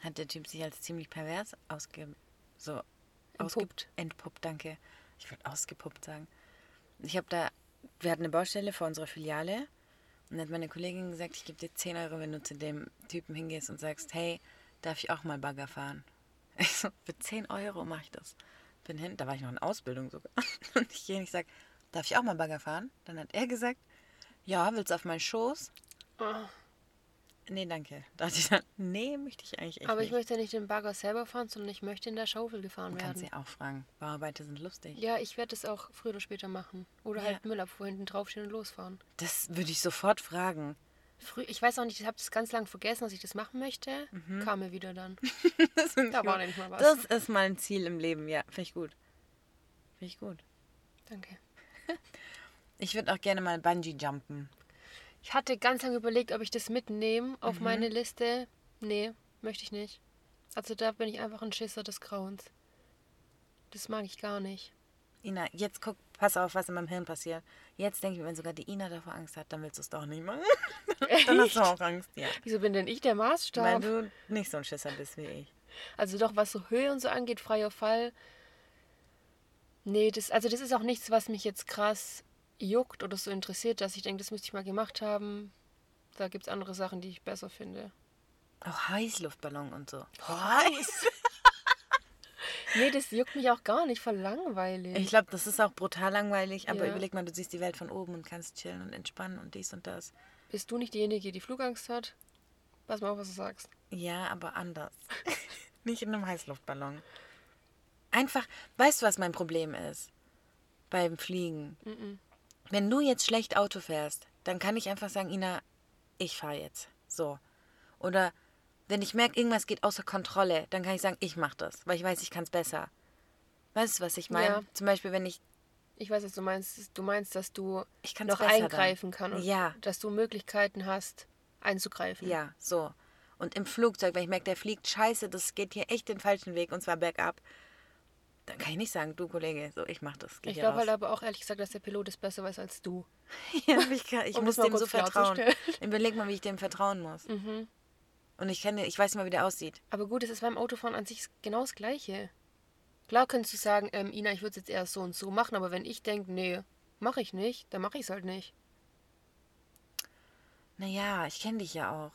Speaker 1: Hat der Typ sich als ziemlich pervers ausge... So... Ausge
Speaker 2: Entpuppt.
Speaker 1: entpuppt, danke. Ich wollte ausgepuppt sagen. Ich habe da... Wir hatten eine Baustelle vor unserer Filiale. Und dann hat meine Kollegin gesagt, ich gebe dir 10 Euro, wenn du zu dem Typen hingehst und sagst, hey, darf ich auch mal Bagger fahren? Ich so, für 10 Euro mache ich das. Bin hin, da war ich noch in Ausbildung sogar. Und ich gehe und ich sage, darf ich auch mal Bagger fahren? Dann hat er gesagt, ja, willst du auf meinen Schoß?
Speaker 2: Ah.
Speaker 1: Nee, danke. Da dachte ich dann, nee, möchte ich eigentlich echt
Speaker 2: Aber
Speaker 1: nicht.
Speaker 2: ich möchte nicht den Bagger selber fahren, sondern ich möchte in der Schaufel gefahren
Speaker 1: Kannst
Speaker 2: werden.
Speaker 1: ja auch fragen. Bauarbeiter sind lustig.
Speaker 2: Ja, ich werde es auch früher oder später machen. Oder
Speaker 1: Ja.
Speaker 2: halt Müllabfuhr hinten draufstehen und losfahren.
Speaker 1: Das würde ich sofort fragen.
Speaker 2: Früh, ich weiß auch nicht, ich habe das ganz lang vergessen, dass ich das machen möchte. Kam mir wieder dann.
Speaker 1: Das, find
Speaker 2: Da
Speaker 1: ich
Speaker 2: war
Speaker 1: gut.
Speaker 2: nämlich mal was.
Speaker 1: das ist mein Ziel im Leben, ja. Finde ich gut. Finde ich gut.
Speaker 2: Danke.
Speaker 1: Ich würde auch gerne mal Bungee jumpen.
Speaker 2: Ich hatte ganz lange überlegt, ob ich das mitnehme auf meine Liste. Nee, möchte ich nicht. Also da bin ich einfach ein Schisser des Grauens. Das mag ich gar nicht.
Speaker 1: Ina, jetzt guck, pass auf, was in meinem Hirn passiert. Jetzt denke ich, mir, wenn sogar die Ina davor Angst hat, dann willst du es doch nicht machen. dann hast du auch Angst, ja.
Speaker 2: Wieso bin denn ich der
Speaker 1: Weil
Speaker 2: Maßstab?
Speaker 1: du nicht so ein Schisser bist wie ich.
Speaker 2: Also doch, was so Höhe und so angeht, freier Fall. Nee, das, also das ist auch nichts, was mich jetzt krass juckt oder so interessiert, dass ich denke, das müsste ich mal gemacht haben. Da gibt es andere Sachen, die ich besser finde.
Speaker 1: Auch Heißluftballon und so. Heiß?
Speaker 2: Nee, das juckt mich auch gar nicht, voll langweilig.
Speaker 1: Ich glaube, das ist auch brutal langweilig, aber
Speaker 2: Ja.
Speaker 1: überleg mal, du siehst die Welt von oben und kannst chillen und entspannen und dies und das.
Speaker 2: Bist du nicht diejenige, die Flugangst hat? Pass mal auf, was du sagst.
Speaker 1: Ja, aber anders. Nicht in einem Heißluftballon. Einfach, weißt du, was mein Problem ist? Beim Fliegen. Wenn du jetzt schlecht Auto fährst, dann kann ich einfach sagen, Ina, ich fahre jetzt. So. Oder wenn ich merke, irgendwas geht außer Kontrolle, dann kann ich sagen, ich mache das, weil ich weiß, ich kann es besser. Weißt du, was ich meine?
Speaker 2: Ja.
Speaker 1: Zum Beispiel, wenn ich
Speaker 2: Ich weiß, was du meinst. Du meinst, dass du
Speaker 1: Ich kann's
Speaker 2: noch
Speaker 1: besser dann.
Speaker 2: eingreifen kannst.
Speaker 1: Ja.
Speaker 2: Dass du Möglichkeiten hast, einzugreifen.
Speaker 1: Ja, so. Und im Flugzeug, wenn ich merke, der fliegt, scheiße, das geht hier echt den falschen Weg und zwar bergab, dann kann ich nicht sagen, du Kollege, so, ich mach das. Geh
Speaker 2: Ich
Speaker 1: hier
Speaker 2: glaube
Speaker 1: raus.
Speaker 2: halt aber auch ehrlich gesagt, dass der Pilot es besser weiß als du.
Speaker 1: ja, ich, kann, ich
Speaker 2: Um
Speaker 1: muss
Speaker 2: das mal
Speaker 1: dem so
Speaker 2: kurz
Speaker 1: vertrauen.
Speaker 2: klarzustellen. Mhm.
Speaker 1: Überleg mal, wie ich dem vertrauen muss. Und ich kenne, ich weiß nicht mal, wie der aussieht.
Speaker 2: Aber gut, es ist beim Autofahren an sich genau das Gleiche. Klar könntest du sagen, ähm, Ina, ich würde es jetzt erst so und so machen, aber wenn ich denke, nee, mache ich nicht, dann mache ich es halt nicht.
Speaker 1: Naja, ich kenne dich ja auch.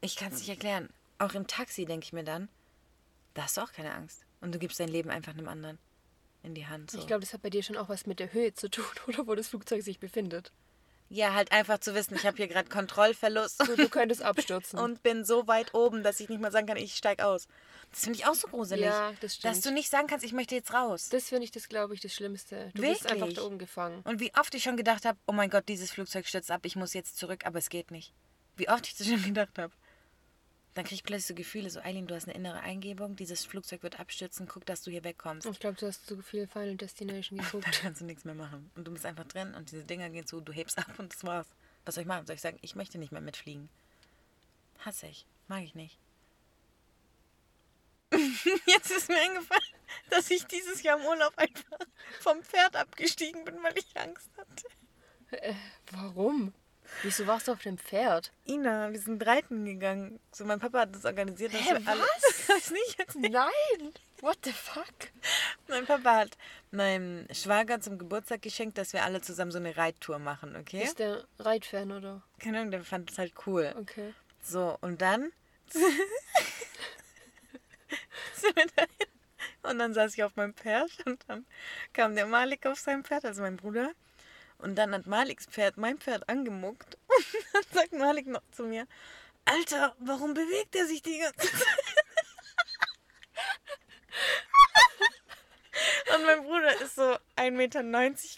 Speaker 1: Ich kann es nicht erklären. Auch im Taxi denke ich mir dann, da hast du auch keine Angst. Und du gibst dein Leben einfach einem anderen in die Hand. So.
Speaker 2: Ich glaube, das hat bei dir schon auch was mit der Höhe zu tun oder wo das Flugzeug sich befindet.
Speaker 1: ja, halt einfach zu wissen, ich habe hier gerade Kontrollverlust.
Speaker 2: Du, du könntest abstürzen.
Speaker 1: und bin so weit oben, dass ich nicht mal sagen kann, ich steig aus. Das finde ich auch so gruselig.
Speaker 2: Ja, das stimmt.
Speaker 1: Dass du nicht sagen kannst, ich möchte jetzt raus.
Speaker 2: das finde ich, das glaube ich, das Schlimmste. Du bist einfach
Speaker 1: Wirklich?
Speaker 2: da oben gefangen.
Speaker 1: Und wie oft ich schon gedacht habe, oh mein Gott, dieses Flugzeug stürzt ab, ich muss jetzt zurück, aber es geht nicht. Wie oft ich das schon gedacht habe. Dann kriege ich plötzlich so Gefühle, so Eileen, du hast eine innere Eingebung, dieses Flugzeug wird abstürzen, guck, dass du hier wegkommst.
Speaker 2: Ich glaube, du hast zu viel Final Destination
Speaker 1: Dann
Speaker 2: geguckt.
Speaker 1: kannst du nichts mehr machen. Und du bist einfach drin und diese Dinger gehen zu, du hebst ab und das war's. Was soll ich machen? Soll ich sagen, ich möchte nicht mehr mitfliegen? Hasse ich. Mag ich nicht. Jetzt ist mir eingefallen, dass ich dieses Jahr im Urlaub einfach vom Pferd abgestiegen bin, weil ich Angst hatte.
Speaker 2: Warum? Wieso warst du auf dem Pferd?
Speaker 1: Ina, wir sind reiten gegangen. So, mein Papa hat das organisiert. Dass
Speaker 2: Hä,
Speaker 1: wir alle-
Speaker 2: was?
Speaker 1: Weiß nicht.
Speaker 2: Nein! What the fuck?
Speaker 1: Mein Papa hat meinem Schwager zum Geburtstag geschenkt, dass wir alle zusammen so eine Reittour machen, okay?
Speaker 2: Ist der Reitfan oder?
Speaker 1: Keine Ahnung, der fand es halt cool.
Speaker 2: Okay.
Speaker 1: So, und dann sind wir dahin. Und dann saß ich auf meinem Pferd und dann kam der Malik auf sein Pferd, also mein Bruder. Und dann hat Maliks Pferd mein Pferd angemuckt. Und dann sagt Malik noch zu mir, Alter, warum bewegt er sich die ganze Zeit? Und mein Bruder ist so 1,90 Meter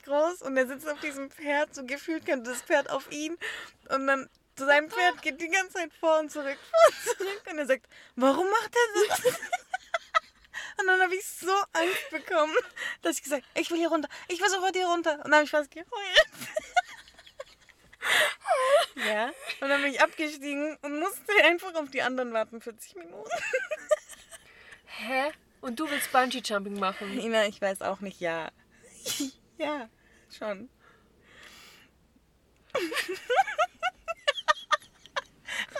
Speaker 1: groß und er sitzt auf diesem Pferd, so gefühlt könnte das Pferd auf ihn. Und dann zu seinem Pferd geht die ganze Zeit vor und zurück, vor und zurück. Und er sagt, warum macht er das? Und dann habe ich so Angst bekommen, dass ich gesagt ich will hier runter, ich will sofort hier runter. Und dann habe ich fast geheult. Ja, und dann bin ich abgestiegen und musste einfach auf die anderen warten, 40 Minuten.
Speaker 2: Hä? Und du willst Bungee-Jumping machen?
Speaker 1: Ina, ich weiß auch nicht, ja. Ja, schon.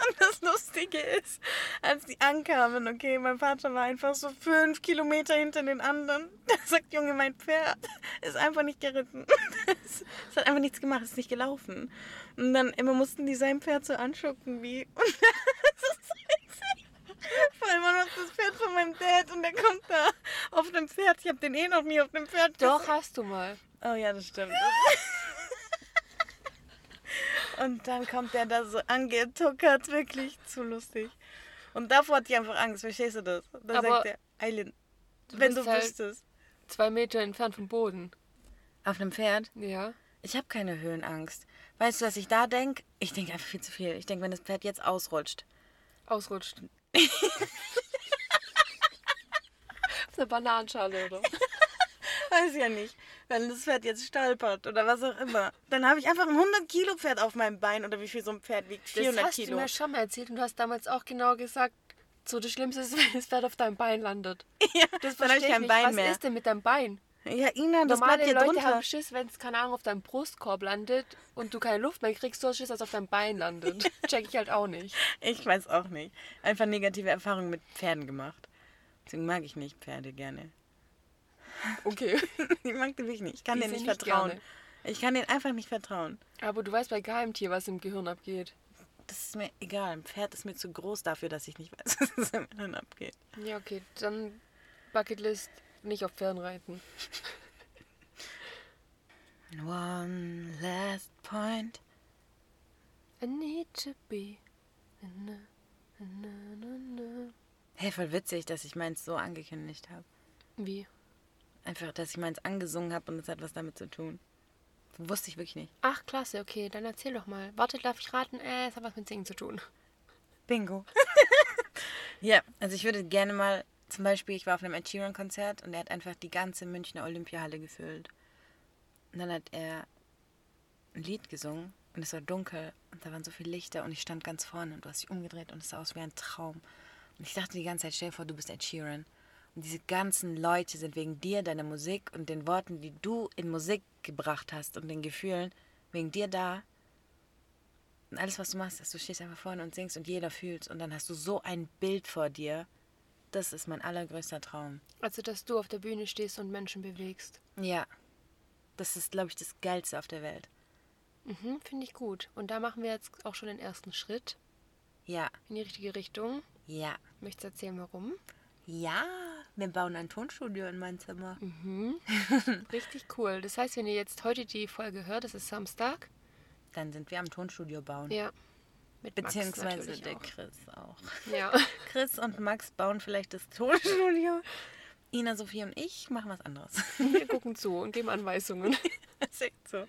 Speaker 1: Und das Lustige ist, als die ankamen, okay, mein Vater war einfach so fünf Kilometer hinter den anderen. Da sagt, Junge, mein Pferd ist einfach nicht geritten. Es, es hat einfach nichts gemacht, es ist nicht gelaufen. Und dann immer mussten die sein Pferd so anschucken wie... Und das ist so witzig. Vor allem auch noch das Pferd von meinem Dad und der kommt da auf dem Pferd. Ich hab den eh noch nie auf dem Pferd
Speaker 2: Doch, hast du mal.
Speaker 1: Oh ja, das stimmt. Und dann kommt der da so angetuckert, wirklich zu lustig. Und davor hat die einfach Angst, verstehst du das? Da
Speaker 2: Aber
Speaker 1: sagt er, Eileen, wenn
Speaker 2: bist
Speaker 1: du
Speaker 2: halt-
Speaker 1: wüsstest.
Speaker 2: Zwei Meter entfernt vom Boden.
Speaker 1: Auf einem Pferd?
Speaker 2: Ja.
Speaker 1: Ich habe keine Höhenangst. Weißt du, was ich da denke? Ich denke einfach viel zu viel. Ich denke, wenn das Pferd jetzt ausrutscht.
Speaker 2: Ausrutscht. Auf eine Bananenschale, oder?
Speaker 1: Weiß ja nicht. Wenn das Pferd jetzt stolpert oder was auch immer. Dann habe ich einfach ein 100-Kilo-Pferd auf meinem Bein oder wie viel so ein Pferd wiegt. 400
Speaker 2: das hast
Speaker 1: Kilo.
Speaker 2: du mir schon mal erzählt und du hast damals auch genau gesagt, so das Schlimmste ist, wenn das Pferd auf deinem Bein landet.
Speaker 1: Ja,
Speaker 2: Das
Speaker 1: dann habe ich
Speaker 2: verstehe
Speaker 1: kein
Speaker 2: nicht.
Speaker 1: Bein
Speaker 2: Was
Speaker 1: mehr.
Speaker 2: ist denn mit deinem Bein?
Speaker 1: Ja, Ina, das bleibt
Speaker 2: Normale
Speaker 1: hier
Speaker 2: Leute
Speaker 1: drunter.
Speaker 2: haben Schiss, wenn es, keine Ahnung, auf deinem Brustkorb landet und du keine Luft mehr kriegst, so Schiss, als auf deinem Bein landet. Check ich halt auch nicht.
Speaker 1: Ich weiß auch nicht. Einfach negative Erfahrungen mit Pferden gemacht. Deswegen mag ich nicht Pferde gerne.
Speaker 2: Okay.
Speaker 1: Ich mag die wirklich nicht. Ich kann
Speaker 2: Die
Speaker 1: denen
Speaker 2: sind
Speaker 1: nicht
Speaker 2: nicht
Speaker 1: vertrauen.
Speaker 2: gerne.
Speaker 1: Ich kann denen einfach nicht vertrauen.
Speaker 2: Aber du weißt bei Geheimtier, was im Gehirn abgeht.
Speaker 1: Das ist mir egal. Ein Pferd ist mir zu groß dafür, dass ich nicht weiß, was es im Inneren abgeht.
Speaker 2: Ja, okay. Dann Bucketlist nicht auf Pferden reiten.
Speaker 1: One last point.
Speaker 2: I need to be. Na, na, na, na.
Speaker 1: Hey, voll witzig, dass ich meins so angekündigt habe.
Speaker 2: Wie?
Speaker 1: Einfach, dass ich meins angesungen habe und es hat was damit zu tun. Wusste ich wirklich nicht.
Speaker 2: Ach, klasse, okay, dann erzähl doch mal. Warte, darf ich raten? Äh, es hat was mit Singen zu tun.
Speaker 1: Bingo. ja, also ich würde gerne mal, zum Beispiel, ich war auf einem Ed Sheeran-Konzert und er hat einfach die ganze Münchner Olympiahalle gefüllt. Und dann hat er ein Lied gesungen und es war dunkel und da waren so viele Lichter und ich stand ganz vorne und du hast dich umgedreht und es sah aus wie ein Traum. Und ich dachte die ganze Zeit, stell dir vor, du bist Ed Sheeran. Und diese ganzen Leute sind wegen dir, deiner Musik und den Worten, die du in Musik gebracht hast und den Gefühlen, wegen dir da und alles, was du machst, ist, du stehst einfach vorne und singst und jeder fühlt und dann hast du so ein Bild vor dir. Das ist mein allergrößter Traum.
Speaker 2: Also, dass du auf der Bühne stehst und Menschen bewegst.
Speaker 1: Ja. Das ist, glaube ich, das Geilste auf der Welt.
Speaker 2: Mhm, finde ich gut. Und da machen wir jetzt auch schon den ersten Schritt
Speaker 1: Ja,
Speaker 2: in die richtige Richtung.
Speaker 1: ja,
Speaker 2: Möchtest du erzählen, warum?
Speaker 1: ja. Wir bauen ein Tonstudio in mein Zimmer.
Speaker 2: Hm. Richtig cool. Das heißt, wenn ihr jetzt heute die Folge hört, das ist Samstag.
Speaker 1: Dann sind wir am Tonstudio bauen.
Speaker 2: Ja. Mit Max
Speaker 1: Beziehungsweise
Speaker 2: natürlich
Speaker 1: der
Speaker 2: auch.
Speaker 1: Chris auch.
Speaker 2: Ja.
Speaker 1: Chris und Max bauen vielleicht das Tonstudio. Ina, Sophie und ich machen was anderes.
Speaker 2: Wir gucken zu und geben Anweisungen.
Speaker 1: ist echt so.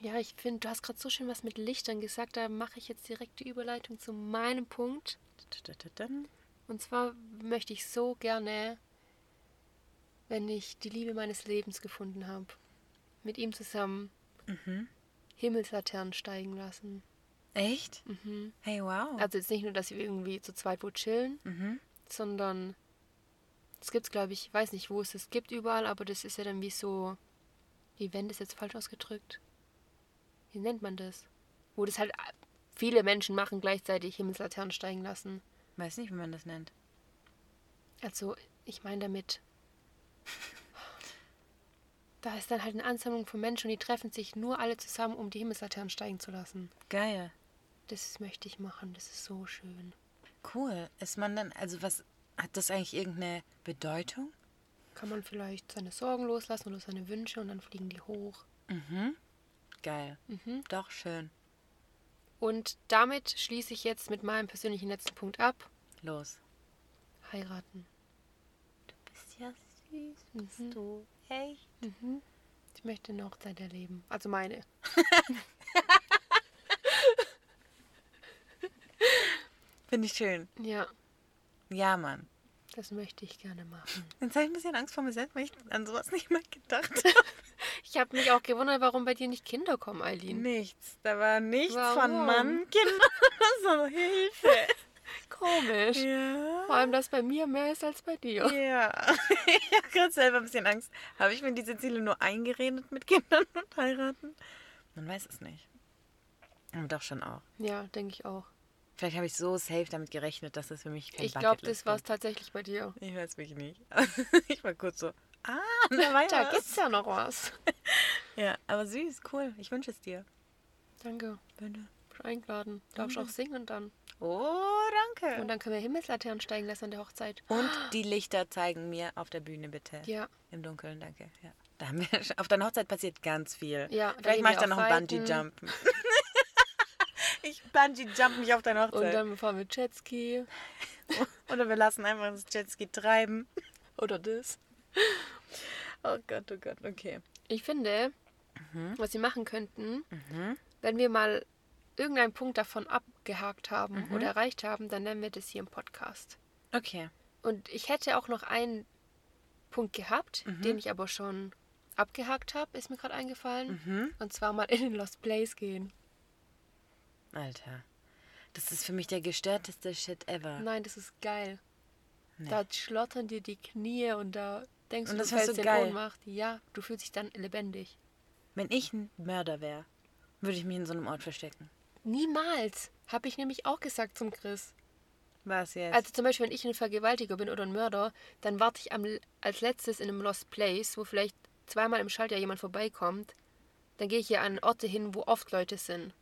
Speaker 2: Ja, ich finde, du hast gerade so schön was mit Lichtern gesagt. Da mache ich jetzt direkt die Überleitung zu meinem Punkt. Und zwar möchte ich so gerne, wenn ich die Liebe meines Lebens gefunden habe, mit ihm zusammen Himmelslaternen steigen lassen.
Speaker 1: Echt? Mhm. Hey, wow.
Speaker 2: Also jetzt nicht nur, dass wir irgendwie zu zweit wo chillen, sondern Das gibt's, glaube ich, ich weiß nicht, wo es es gibt überall, aber das ist ja dann wie so. Wie wenn das jetzt falsch ausgedrückt? Wie nennt man das? Wo das halt a- viele Menschen machen, gleichzeitig Himmelslaternen steigen lassen.
Speaker 1: Weiß nicht, wie man das nennt.
Speaker 2: Also, ich meine damit. Da ist dann halt eine Ansammlung von Menschen und die treffen sich nur alle zusammen, um die Himmelslaternen steigen zu lassen.
Speaker 1: Geil.
Speaker 2: Das möchte ich machen, das ist so schön.
Speaker 1: Cool. Ist man dann, also was, hat das eigentlich irgendeine Bedeutung?
Speaker 2: Kann man vielleicht seine Sorgen loslassen oder seine Wünsche und dann fliegen die hoch.
Speaker 1: Geil. Doch, schön.
Speaker 2: Und damit schließe ich jetzt mit meinem persönlichen letzten Punkt ab.
Speaker 1: Los.
Speaker 2: Heiraten.
Speaker 1: Du bist ja süß, bist du. Echt?
Speaker 2: Ich möchte eine Hochzeit erleben. Also meine.
Speaker 1: Finde ich schön.
Speaker 2: Ja,
Speaker 1: Ja, Mann.
Speaker 2: das möchte ich gerne machen.
Speaker 1: Jetzt habe ich ein bisschen Angst vor mir selbst, weil ich an sowas nicht mal gedacht habe.
Speaker 2: Ich habe mich auch gewundert, warum bei dir nicht Kinder kommen, Eileen.
Speaker 1: nichts. Da war nichts
Speaker 2: Warum?
Speaker 1: von Mann, Kinder. so, Hilfe.
Speaker 2: Komisch.
Speaker 1: Ja.
Speaker 2: Vor allem, dass bei mir mehr ist als bei dir.
Speaker 1: Ja. ich habe gerade selber ein bisschen Angst. Habe ich mir diese Ziele nur eingeredet mit Kindern und heiraten? Man weiß es nicht. Aber doch schon auch.
Speaker 2: Ja, denke ich auch.
Speaker 1: Vielleicht habe ich so safe damit gerechnet, dass das für mich kein
Speaker 2: ich glaube,
Speaker 1: Bucketlist
Speaker 2: das war es
Speaker 1: ist.
Speaker 2: tatsächlich bei dir.
Speaker 1: Ich weiß wirklich nicht. ich war kurz so, ah, da war
Speaker 2: Da
Speaker 1: ja was.
Speaker 2: gibt's ja noch was.
Speaker 1: Ja, aber süß, cool. Ich wünsche es dir.
Speaker 2: Danke.
Speaker 1: Bitte.
Speaker 2: Bist eingeladen. Darfst auch singen dann.
Speaker 1: Oh, danke.
Speaker 2: Und
Speaker 1: Und,
Speaker 2: dann können wir Himmelslaternen steigen lassen an der Hochzeit.
Speaker 1: die Lichter zeigen mir auf der Bühne bitte.
Speaker 2: Ja.
Speaker 1: Im Dunkeln, danke. Ja. Da haben wir schon- auf deiner Hochzeit passiert ganz viel.
Speaker 2: Ja, da
Speaker 1: Vielleicht
Speaker 2: gehen
Speaker 1: mache ich
Speaker 2: wir
Speaker 1: dann noch
Speaker 2: auch
Speaker 1: einen
Speaker 2: reiten.
Speaker 1: Bungee-Jump. ich Bungee-Jump mich auf deine Hochzeit.
Speaker 2: Und dann fahren wir Jetski.
Speaker 1: Oder wir lassen einfach das Jetski treiben.
Speaker 2: Oder das.
Speaker 1: Oh Gott, oh Gott, okay.
Speaker 2: Ich finde, was wir machen könnten, wenn wir mal irgendeinen Punkt davon abgehakt haben oder erreicht haben, dann nennen wir das hier im Podcast.
Speaker 1: Okay.
Speaker 2: Und ich hätte auch noch einen Punkt gehabt, den ich aber schon abgehakt habe, ist mir gerade eingefallen. Und zwar mal in den Lost Place gehen.
Speaker 1: Alter. Das ist für mich der gestörteste Shit ever.
Speaker 2: Nein, das ist geil. Da schlottern dir die Knie und da denkst
Speaker 1: Und
Speaker 2: du,
Speaker 1: das
Speaker 2: du
Speaker 1: findest
Speaker 2: fällst
Speaker 1: du
Speaker 2: in
Speaker 1: geil?
Speaker 2: Ohnmacht. Ja, du fühlst dich dann lebendig.
Speaker 1: Wenn ich ein Mörder wäre, würde ich mich in so einem Ort verstecken.
Speaker 2: Niemals, habe ich nämlich auch gesagt zum Chris.
Speaker 1: Was jetzt?
Speaker 2: Also zum Beispiel, wenn ich ein Vergewaltiger bin oder ein Mörder, dann warte ich am, als letztes in einem Lost Place, wo vielleicht zweimal im Schaltjahr jemand vorbeikommt. Dann gehe ich hier an Orte hin, wo oft Leute sind.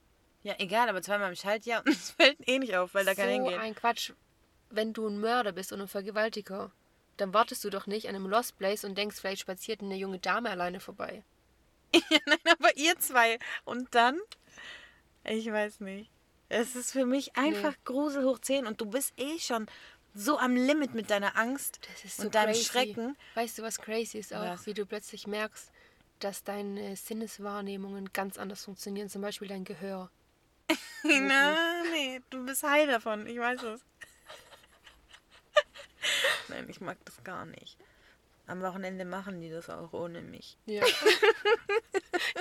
Speaker 1: ja, egal, aber zweimal im Schaltjahr und es fällt eh nicht auf, weil da
Speaker 2: so
Speaker 1: keiner hingeht.
Speaker 2: ein Quatsch. Wenn du ein Mörder bist und ein Vergewaltiger, dann wartest du doch nicht an einem Lost Place und denkst, vielleicht spaziert eine junge Dame alleine vorbei.
Speaker 1: Aber ihr zwei. Und dann? Ich weiß nicht. Es ist für mich einfach Grusel hoch 10 und du bist eh schon so am Limit mit deiner Angst
Speaker 2: Das ist so
Speaker 1: und deinem
Speaker 2: crazy.
Speaker 1: Schrecken.
Speaker 2: Weißt du, was crazy ist auch,
Speaker 1: Was?
Speaker 2: wie du plötzlich merkst, dass deine Sinneswahrnehmungen ganz anders funktionieren, zum Beispiel dein Gehör.
Speaker 1: Na, nee, du bist high davon. Ich weiß es. Nein, ich mag das gar nicht. Am Wochenende machen die das auch ohne mich.
Speaker 2: Ja.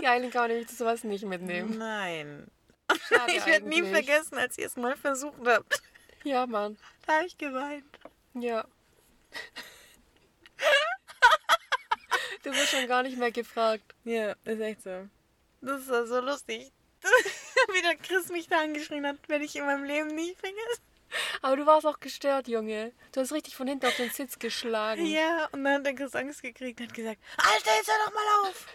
Speaker 2: Die Eileen kann man nämlich zu sowas nicht mitnehmen.
Speaker 1: Nein.
Speaker 2: Schade
Speaker 1: Ich werde nie
Speaker 2: eigentlich.
Speaker 1: vergessen, als ihr es mal versucht habt.
Speaker 2: Ja, Mann.
Speaker 1: Da habe ich geweint.
Speaker 2: Ja. Du wirst schon gar nicht mehr gefragt.
Speaker 1: Ja, ist echt so. Das war so lustig. Wie der Chris mich da angeschrien hat, werde ich in meinem Leben nicht vergessen.
Speaker 2: Aber du warst auch gestört, Junge. Du hast richtig von hinten auf den Sitz geschlagen.
Speaker 1: Ja, und dann hat der Chris Angst gekriegt und hat gesagt, Alter, jetzt hör doch mal auf.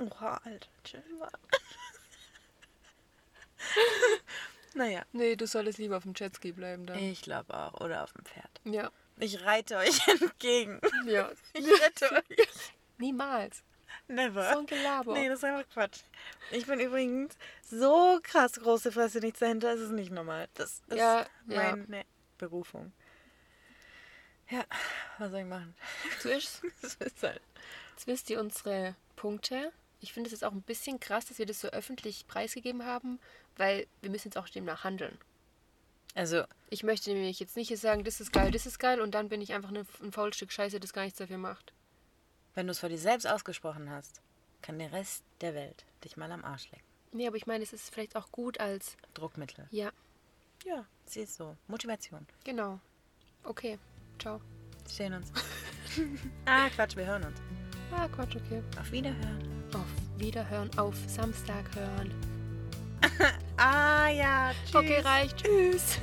Speaker 1: Oha, Alter, schön war. naja.
Speaker 2: Nee, du solltest lieber auf dem Jetski bleiben dann.
Speaker 1: Ich glaube auch. Oder auf dem Pferd.
Speaker 2: Ja.
Speaker 1: Ich reite euch entgegen.
Speaker 2: Ja.
Speaker 1: Ich rette euch.
Speaker 2: Niemals.
Speaker 1: Never.
Speaker 2: So ein Gelaber.
Speaker 1: Nee, das ist einfach Quatsch. Ich bin übrigens so krass große Fresse, nichts dahinter, es ist nicht normal. Das ist
Speaker 2: Ja, ja.
Speaker 1: meine Berufung. Ja, was soll ich machen?
Speaker 2: Du isch-
Speaker 1: Das ist halt.
Speaker 2: Jetzt wisst ihr unsere Punkte. Ich finde es jetzt auch ein bisschen krass, dass wir das so öffentlich preisgegeben haben, weil wir müssen jetzt auch demnach handeln.
Speaker 1: Also,
Speaker 2: Ich möchte nämlich jetzt nicht sagen, das ist geil, das ist geil und dann bin ich einfach ne- ein faules Stück Scheiße, das gar nichts dafür macht.
Speaker 1: wenn du es vor dir selbst ausgesprochen hast, kann der Rest der Welt dich mal am Arsch lecken.
Speaker 2: Nee, aber ich meine, es ist vielleicht auch gut als.
Speaker 1: Druckmittel.
Speaker 2: Ja,
Speaker 1: Ja, siehst so. Motivation.
Speaker 2: genau. Okay, ciao.
Speaker 1: Stehen uns. Ah, Quatsch, wir hören uns.
Speaker 2: Ah, Quatsch, okay.
Speaker 1: Auf Wiederhören.
Speaker 2: Auf Wiederhören, auf Samstag hören.
Speaker 1: Ah ja, tschüss.
Speaker 2: Okay, reicht. Tschüss.